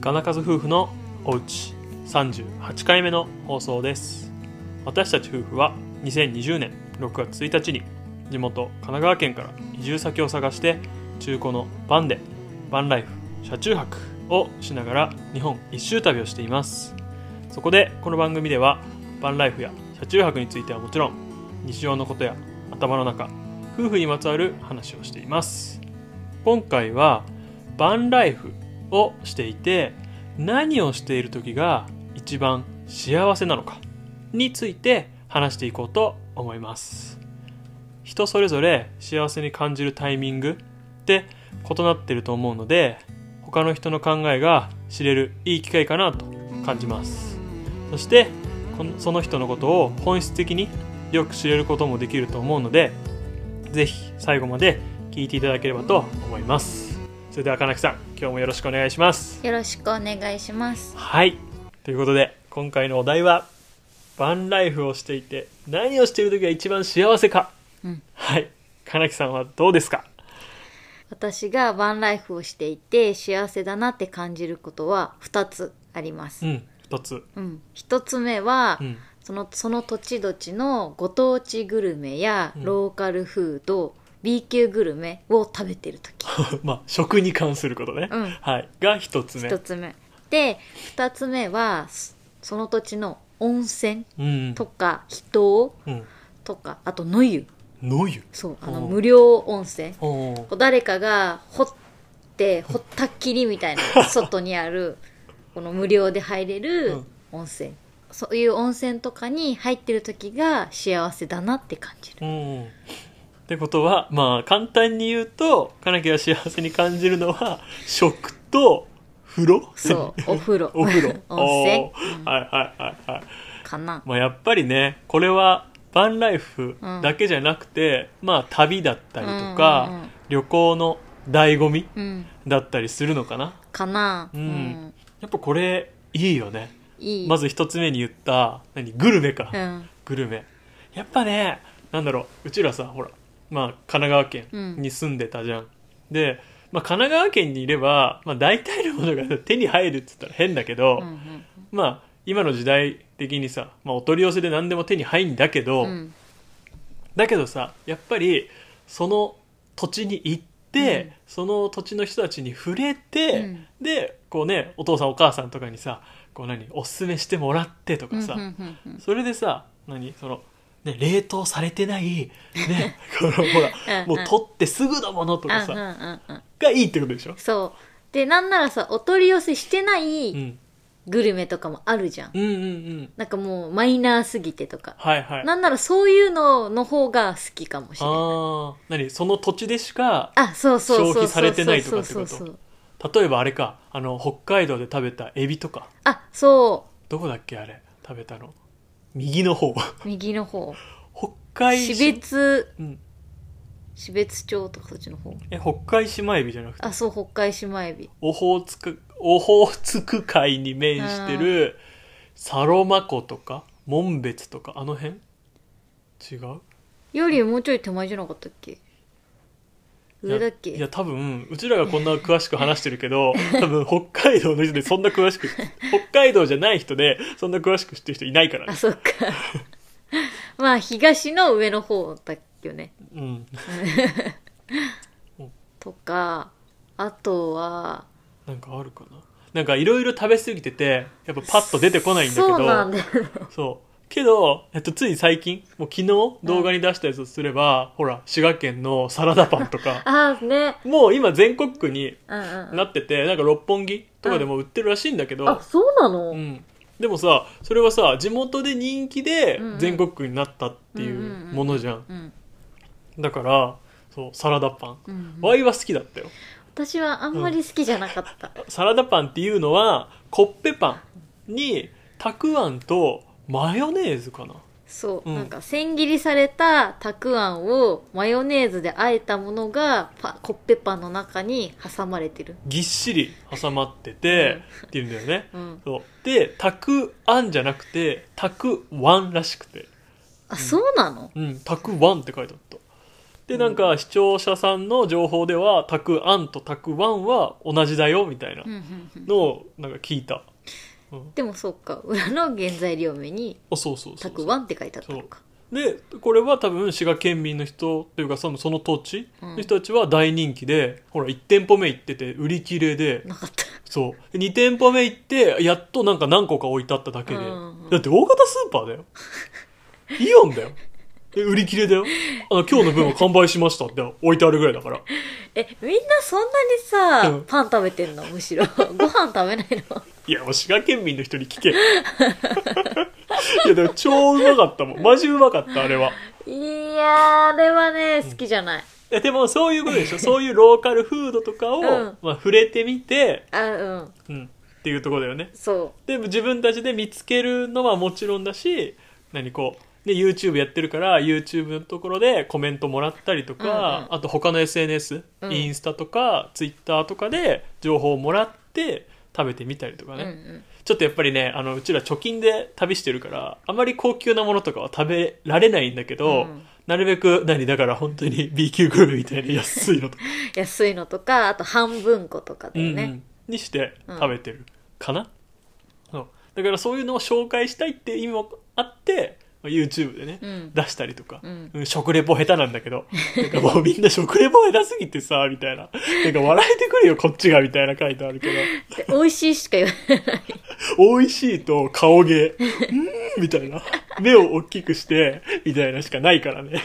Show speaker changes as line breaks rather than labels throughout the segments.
ガナカズ夫婦のおうち38回目の放送です私たち夫婦は2020年6月1日に地元神奈川県から移住先を探して中古のバンでバンライフ車中泊をしながら日本一周旅をしていますそこでこの番組ではバンライフや車中泊についてはもちろん日常のことや頭の中夫婦にまつわる話をしています今回はバンライフをしていて何をしている時が一番幸せなのかについて話していこうと思います人それぞれ幸せに感じるタイミングって異なってると思うので他の人の考えが知れるいい機会かなと感じますそしてこのその人のことを本質的によく知れることもできると思うのでぜひ最後まで聞いていただければと思いますそれでは金木さん今日もよろしくお願いします
よろしくお願いします。
はい。ということで、今回のお題は、バンライフをしていて、何をしている時が一番幸せか。
うん
はい。金木さんはどうですか
私がバンライフをしていて幸せだなって感じることは2つあります。
うん。一つ。
うん、1つ目は、
うん。
そのその土地土地のご当地グルメや
うん
ローカルフード、B 級グルメを食べてる時
まあ、食に関することね。
うん
はい。が一つ目。
1つ目で2つ目はそその土地の温泉
うん。
とか人
うん。
とかあと野湯
のゆ。
そうあの
おう
無料温泉
おー
こう誰かが掘って掘ったっきりみたいな外に あるこの無料で入れ
う
る
ん
温泉、そういう温泉とかに入ってる時が幸せだなって感じる
うん。ってことは、まあ、簡単に言うと、金木が幸せに感じるのは、食と風呂
そ うお風呂
お風呂
温泉
おーはいはいはいはい。
かな
まあ、やっぱりねこれはバンライフだけじゃなくて、まあ旅だったりとか、
うんうんうん
旅行の醍醐味
うん
だったりするのかな
かな、
うんやっぱこれいいよね
いい
まず一つ目に言った何グルメか、
うん
グルメやっぱねなんだろううちらさほら、まあ、神奈川県に住んでたじゃん、で、まあ、神奈川県にいれば、まあ、大体のものが手に入るっつったら変だけど、
うんうん
まあ今の時代的にさ、まあ、お取り寄せで何でも手に入んだけど、
うん
だけどさやっぱりその土地に行って、
うん
その土地の人たちに触れて、
うん
でこうねお父さんお母さんとかにさこう何おすすめしてもらってとかさ、
うんうんうんうん
それでさ何その、ね、冷凍されて ない、ね、このほら
うん
もう取ってすぐのものとか
うんう
さ
んうんうん
がいいってことでしょ、
そうでなんならさお取り寄せしてな
う
い
ん、
グルメとかもあるじゃん、
うんうんうん
なんかもうマイナーすぎてとか
はいはい
なんならそういうのの方が好きかもしれない。
ああ何その土地でしか
あ、そうそうそうそ
消
う。
費されてないとかってこと
そうそうそう
例えばあれかあの北海道で食べたエビとか
あ、そ
どこだっけあれ食べたの右の方
う。右の方。
北海
死別、
うん、
死別町とかそっちの方。
え北海島エビじゃなくて
あ、そう、北海島エビ。
オホーツクオホーツク海に面してるサロマ湖とか紋別とかあの辺違う
よりもうちょい手前じゃなかったっけ上だっけ
いやいや多分うちらがこんな詳しく話してるけ ど多分北海道の人でそんな詳しく北海道じゃない人でそんな詳しく知ってる人いないから
あ、
ね、
そっか。 まあ、東の上の方だっけよね。
うん、
とか、あとは、
なんかあるかななんかいろいろ食べ過ぎててやっぱパッと出てこないんだけど
そうなんだよ。
そうけど、えっと、つい最近もう昨日動画に出したやつをすれば、ほら滋賀県のサラダパンと か
あ、ね。
もう今全国区に
うんうんうん。
なっててなんか六本木とかでも売ってるらしいんだけど、
あ、そうなの、
うん、でもさそれはさ地元で人気で
うんうん
全国区になったってい
ん
う
うんうん
ものじゃん、
うん。
だからそうサラダパン、
うんうん
ワイは好きだったよ
私はあんまり好きじゃなかった、
サラダパンっていうのはコッペパンにたくあんとマヨネーズかな
そう、
うん
なんか千切りされたたくあんをマヨネーズであえたものがパコッペパンの中に挟まれてる
ぎっしり挟まってて、っていうんだよね
うん
そうでたくあんじゃなくてたくわんらしくて
あそうなの
うんたくわんって書いてあったでなんか視聴者さんの情報ではタクアンとタクワンは同じだよみたいな
うんうんうん
のをなんか聞いた
でもそうか裏の原材料名に
あそうそう
「
そ
た
う
くわん」って書いてあったのか
でこれは多分滋賀県民の人というかそのその土地
うん
の人たちは大人気で、ほら1店舗目行ってて売り切れで
なかった
そう2店舗目行ってやっとなんか何個か置いてあっただけで、
うんうん
だって大型スーパー だよイオンだよで売り切れだよあの今日の分は完売しましたって置いてあるぐらいだから
えみんなそんなにさ、
うん
パン食べてんのむしろ ご飯食べないの
いやもう滋賀県民の人に 聞けいやでも超うまかったもんマジうまかったあれはい
やーあれはね好きじゃない、
いやでもそういうことでしょそういうローカルフードとかを、
うん
まあ、触れてみて、
あうん
うん、っていうところだよね
そ
で自分たちで見つけるのはもちろんだし何こうで YouTube やってるから YouTube のところでコメントもらったりとか、
うんうん
あと他の SNS、
うん
インスタとか Twitter とかで情報をもらって食べてみたりとか
う、
ね、
うんうん
ちょっとやっぱりねあのうちら貯金で旅してるからあまり高級なものとかは食べられないんだけど、
うん
なるべく何だから本当に B 級グルメみたいな安いのとか、
安いのとかあと半分個とかだよ
うんう
ね、
んにして食べてるかな、そうだからそういうのを紹介したいっていう意味もあってまあ YouTube でね、
うん
出したりとか、
うん
うん食レポ下手なんだけどなんかもうみんな食レポ下手すぎてさみたいななんか笑えてくるよこっちがみたいな書いてあるけど
で美味しいしか言わない
美味しいと顔芸。うーんみたいな。目を大きくして、みたいなしかないから ね。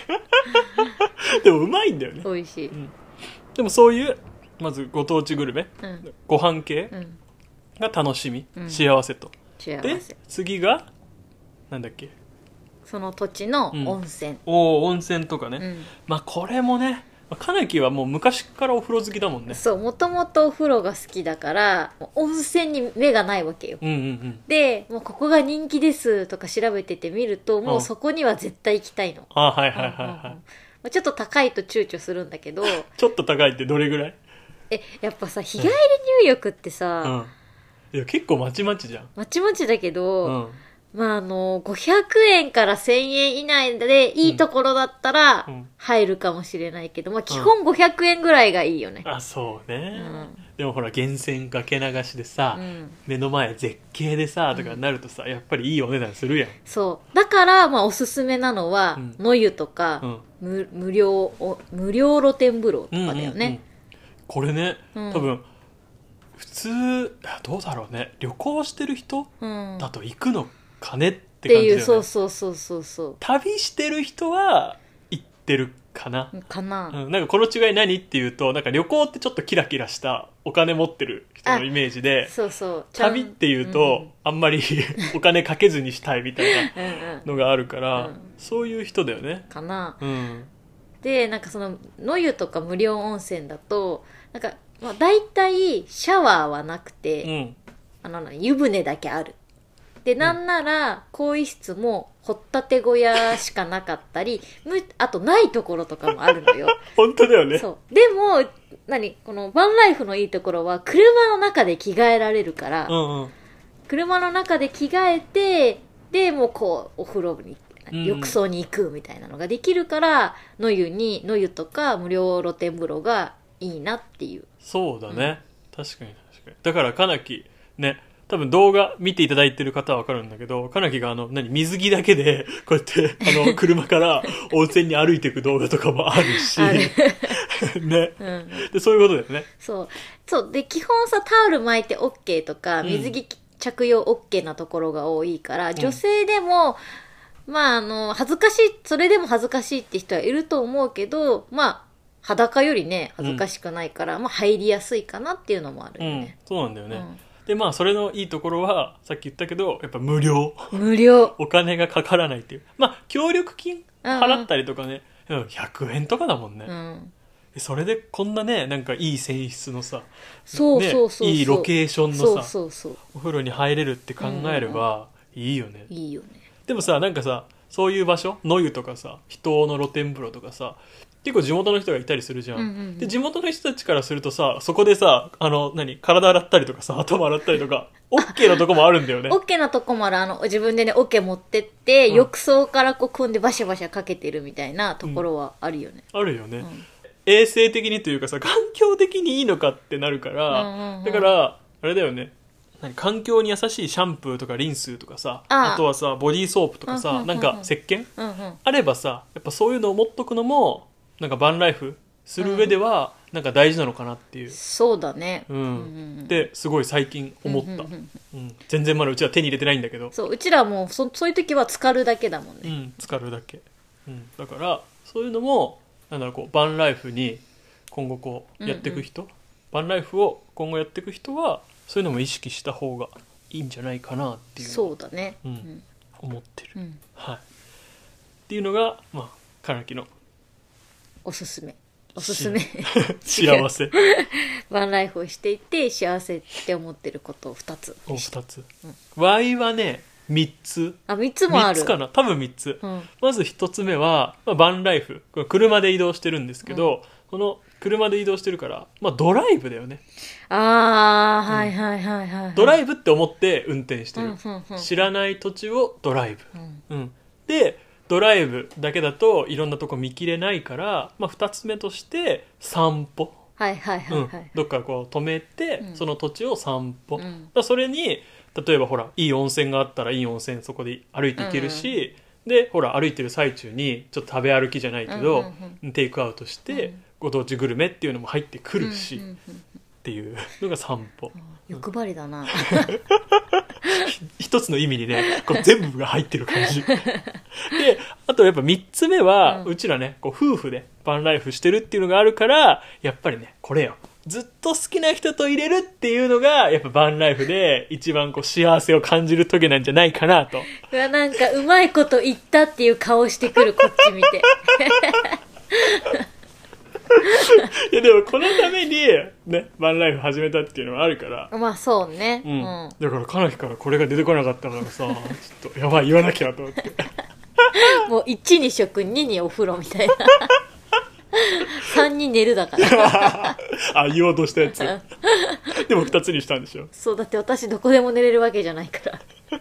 でもうまいんだよね。
美味しい、
でもそういう、まずご当地グルメ、
うん
ご飯系
うん、
が楽しみ、
うん
幸せと。で
幸せ、
次が、なんだっけ。
その土地の
うん
温泉
おお温泉とかね。
うん、
まあこれもね、まあかなきはもう昔からお風呂好きだもんね。
そうもともとお風呂が好きだから温泉に目がないわけよ
うんうんうん。
でもうここが人気ですとか調べててみるともううんそこには絶対行きたいの、
あはい
うん
はい
うん
はいは
うん
い。
まあちょっと高いと躊躇するんだけど
ちょっと高いってどれぐらい
えやっぱさ日帰り入浴ってさ、
うん。いや結構まちまちじゃん。
まちまちだけど、
うん。
まああの、500円から1000円以内でいいところだったら
うん
入るかもしれないけど、まあ基本500円ぐらいがいいよね。
あそう
う
ね、
ん。
でもほら源泉かけ流しでさ、
うん。
目の前絶景でさとかになるとさ、やっぱりいいお値段するやん
そう。だから、まあおすすめなのは
うん、
野湯とか、無無料お、無料露天風呂と
うん
かだよね。
これね、
うん
多分普通あどうだろうね旅行してる人
うん。
だ
っ
と行くのかねって
て
感じだ
い
よ、
う、
ね、
そうそうそうそうそ
旅してる人は行ってるかな、
う。かな。
うん、なんかこの違い何っていうとなんか旅行ってちょっとキラキラしたお金持ってる人のイメージで
そうそう。ちゃん
旅っていうと、、あんまり お金かけずにしたいみたいな
うんうんうん
のがあるから、
うん
そういう人だよね
かな。
うん
でなんかその野湯とか無料温泉だとなんか、まあ、大体シャワーはなくて、
うん
あの湯船だけあるでなんなら更衣室も掘ったて小屋しかなかったりむあとないところとかもあるのよ
本当だよ ね
そうでも何このバンライフのいいところは車の中で着替えられるから、
うんうん
車の中で着替えてでもうこうお風呂に
うん
浴槽に行くみたいなのができるから野湯に野湯とか無料露天風呂がいいなっていう
そうだね、確かに確かにだからかなきね多分動画見ていただいてる方はわかるんだけど、かなきがあの、何、水着だけで、 こうやって、あ の、車から温泉に歩いていく動画とかもあるし、
ある
ね。
うん
で、そういうことだよね。
そうそうで基本さタオル巻いて OK とか
うん
水着着用 OK なところが多いから、女性でもまああの恥ずかしいそれでも恥ずかしいって人はいると思うけどまあ裸よりね恥ずかしくないから、まあ入りやすいかなっていうのもある
う
よ
ん
ね、。
そうなんだよね。
うん
で、まあ、それのいいところは、さっき言ったけど、やっぱ無料。
無料
お金がかからないっていうまあ協力金払ったりとかね、うん100円とかだもんね、
うん、
それでこんなねなんかいい泉質のさ
そうそうそうそう、
ね、いいロケーションのさ
そうそうそう
お風呂に入れるって考えればいいよね、
いいよね
でもさなんかさそういう場所野湯とかさ人の露天風呂とかさ結構地元の人がいたりするじゃん、
うんうんうん
で地元の人たちからするとさそこでさあの何体洗ったりとかさ頭洗ったりとか OK なとこもあるんだよね
オッケーなとこまであの自分でねオッケー持ってって、
うん
浴槽からこう組んでバシャバシャかけてるみたいなところはあるよね、
あるよね、
うん
衛生的にというかさ環境的にいいのかってなるから、
うんうんうん
だからあれだよね何環境に優しいシャンプーとかリンスとかさ
ああ
あとはさボディーソープとかさ、
うんうんうんうん
なんか石鹸
うんうん
あればさやっぱそういうのを持っとくのもなんかバンライフする上では、なんか大事なのかなっていう、
そうだね
うん
うん
で、すごい最近思った、
うんうんうん
うん全然まだうちは手に入れてないんだけど
そううちらもそそういう時は浸かるだけだもん
う
ね、
ん、浸かるだけ、うん、だからそういうのもなんだろうこうバンライフに今後こうやっていく人、バンライフを今後やっていく人はそういうのも意識した方がいいんじゃないかなっていう
そうだね
うん
うん
思ってる、
うん
はい、っていうのがまあカラキの
おすすめおすすめ
幸せ
ワンライフをしていて幸せって思ってること2つ
を2つ Y はね3つ
あ3つもあ
3
る
つかな多分3つ、
うん
まず一つ目は、まあ、バンライフこれ車で移動してるんですけど、この車で移動してるから、まあ、ドライブだよね
あー、はいはいはいはい、はい、
ドラ
イ
イブって思って運転して
うんう
る
ん、うん
知らない土地をドライ
うん
ブ、うん、でドライブだけだといろんなとこ見切れないから、まあ、2つ目として散歩、
はいはいは
う
い
ん
はい、
どっかこう止めて、
うん
その土地を散歩、
うん
だからそれに例えばほらいい温泉があったらいい温泉そこで歩いていけるし、でほら歩いてる最中にちょっと食べ歩きじゃないけど、
うんうん
テイクアウトして、
うん
ご当地グルメっていうのも入ってくるし、
うんう
っ
んうん
ていうのが散歩。
欲張りだな
一つの意味にねこう全部が入ってる感 じであとやっぱ3つ目は、う
うん
ちらねこう夫婦でバンライフしてるっていうのがあるからやっぱりねこれよずっと好きな人と入れるっていうのがやっぱバンライフで一番こう幸せを感じる時なんじゃないかなと
うわなんかうまいこと言ったっていう顔してくるこっち見て
いやでもこのためにねバンライフ始めたっていうのはあるから、
まあそうね
うんだからかなきからこれが出てこなかったからさちょっとやばい言わなきゃと思って
うんもう1に食2にお風呂み たいな3に寝るだから
あ言おうとしたや つでも2つにしたんでしょ
そうだって私どこでも寝れるわけじゃないから
そ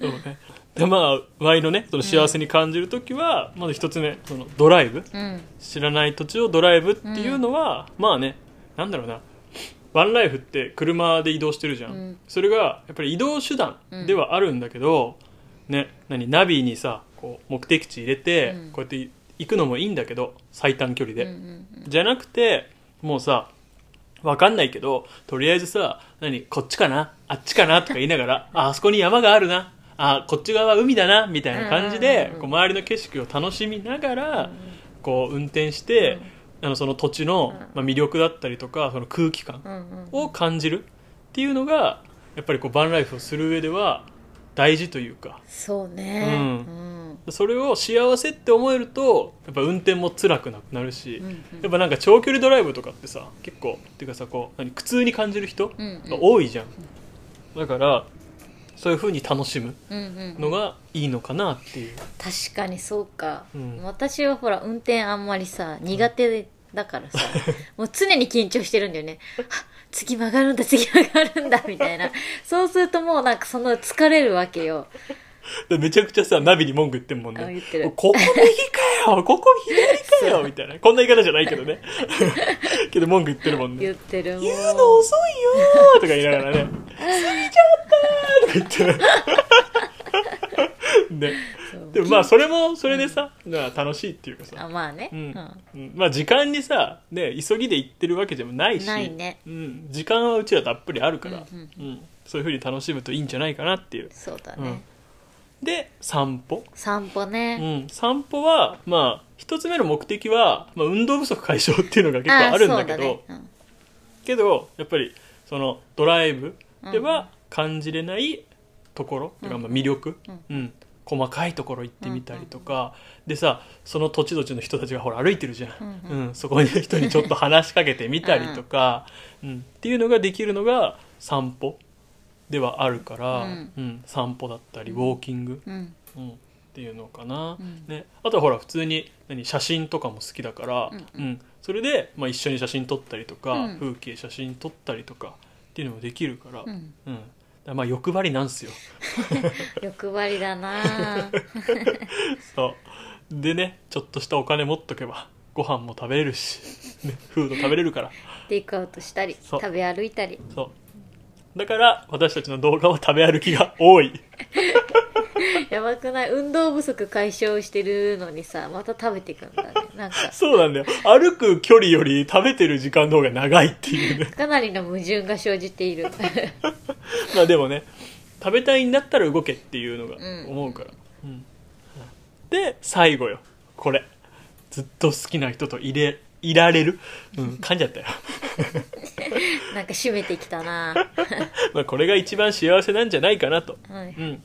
うね。で、まあ、ワイのね、その幸せに感じるときは、まず一つ目、そのドライブ。
うん
知らない土地をドライブっていうのは、まあね、なんだろうな。ワンライフって車で移動してるじゃん。
うん
それが、やっぱり移動手段ではあるんだけど、ね、何、ナビにさ、こう、目的地入れて、
うん
こうやって行くのもいいんだけど、最短距離で。
うんうん
じゃなくてもうさわかんないけどとりあえずさ何こっちかなあっちかなとか言いなが らああそこに山があるなあこっち側は海だなみたいな感じ
うんうん
で
うん
こう周りの景色を楽しみながらこう運転してあのその土地のまあ魅力だったりとかその空気感
うんうん
を感じるっていうのがやっぱりこうバンライフをする上では大事というか
そうね
う
うん
それを幸せって思えるとやっぱ運転も辛くなくなるし、
うんうん
やっぱなんか長距離ドライブとかってさ結構っていうかさこう何苦痛に感じる人が
うんうん
多いじゃん、だからそういう風に楽しむ
うんう
の
ん
がいいのかなっていう、
確かにそうか
うん
私はほら運転あんまりさ苦手だか らさもう常に緊張してるんだよねあ次曲がるんだ次曲がるんだみたいなそうするともうなんかその疲れるわけよ
で めちゃくちゃさナビに文句言ってんもん
あ
ね
言ってる
ここ右かよここ左 かよみたいなこんな言い方じゃないけどねけど文句言ってるもん
言
ね
ってるも
言うの遅いよー とか言いながらね過ぎちゃったーとか言って ね
そう
でもまあそれもそれでさ、まあ楽しいっていうかさ
あまあね
う
うんん
うんまあ時間にさ、ね、急ぎで行ってるわけでもないし
ないね
うん、時間はうちらたっぷりあるから、
うん
うんそういうふうに楽しむといいんじゃないかなっていう
そうだ
うん
ね
で散歩、
散歩
う
ね
ん、散歩はまあ一つ目の目的は、まあ、運動不足解消っていうのが結構あるんだけど
あーそうだね
けどやっぱりそのドライブでは感じれないところ、てかまあ魅力、
うん
うん細かいところ行ってみたりとか、でさその土地土地の人たちがほら歩いてるじゃん、
うんう
そこに人にちょっと話しかけてみたりとか、うんっていうのができるのが散歩ではあるから、
うん
うん散歩だったりウォーキング、
うんうん
うんっていうのかな、
うん
ね、あとはほら普通に何写真とかも好きだから、
うん
それで、まあ、一緒に写真撮ったりとか、
うん
風景写真撮ったりとかっていうのもできるから、
う
うん
ん、
だからまあ欲張りなんですよ。
欲張りだな
そうでねちょっとしたお金持っとけばご飯も食べれるし、 ね、フード食べれるから
テイクアウトしたり
そう
食べ歩いたり
そうだから私たちの動画は食べ歩きが多い
やばくない運動不足解消してるのにさまた食べてくんだねなんか
そうなんだよ歩く距離より食べてる時間の方が長いっていうね
かなりの矛盾が生じている
まあでもね食べたいんだったら動けっていうのが
うん
思うから、うんで最後よこれずっと好きな人といれいられる、うん、噛んじゃったよ
なんか締めてきたな
まあこれが一番幸せなんじゃないかなと
はい
うん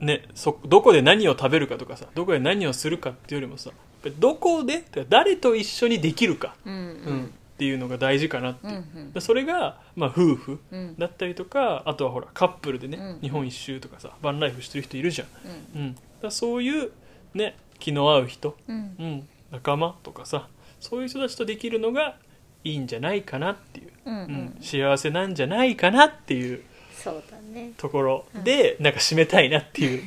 ね、そどこで何を食べるかとかさどこで何をするかっていうよりもさやっぱりどこでてか誰と一緒にできるか、
うん
うんっていうのが大事かなって
うんう
い
ん
う、でそれが、まあ、夫婦
うんうん
だったりとかあとはほらカップルでね、
うん
日本一周とかさバンライフしてる人いるじゃん、うん、だからそういう、ね、気の合う人、
うん
うん、仲間とかさそういう人たちとできるのがいいんじゃないかなっていう、
うんう
うん
ん
幸せなんじゃないかなっていう
そうだね
ところで、なんか締めたいなって いう。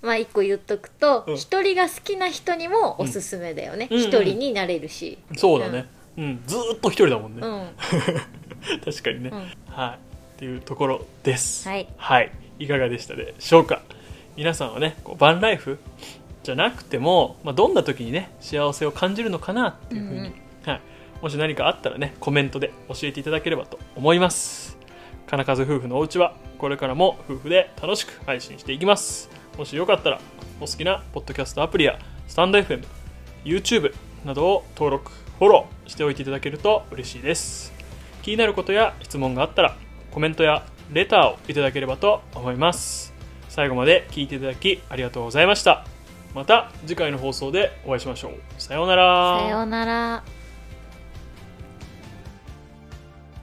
まあ一個言っとくと
うん
一、人が好きな人にもおすすめだよね
うん
一、人になれるし
そうだね、うんずーっと一人だもんね、
うん、うん、
確かにね、はいっていうところです
はい、
いいかがでしたでしょうか皆さんはねこうバンライフじゃなくても、まあ、どんな時にね幸せを感じるのかなっていうふうに、
うんうん
はい、もし何かあったらねコメントで教えていただければと思います金数夫婦のお家はこれからも夫婦で楽しく配信していきますもしよかったらお好きなポッドキャストアプリやスタンド FM YouTube などを登録フォローしておいていただけると嬉しいです気になることや質問があったらコメントやレターをいただければと思います最後まで聞いていただきありがとうございましたまた次回の放送でお会いしましょうさようなら
さようなら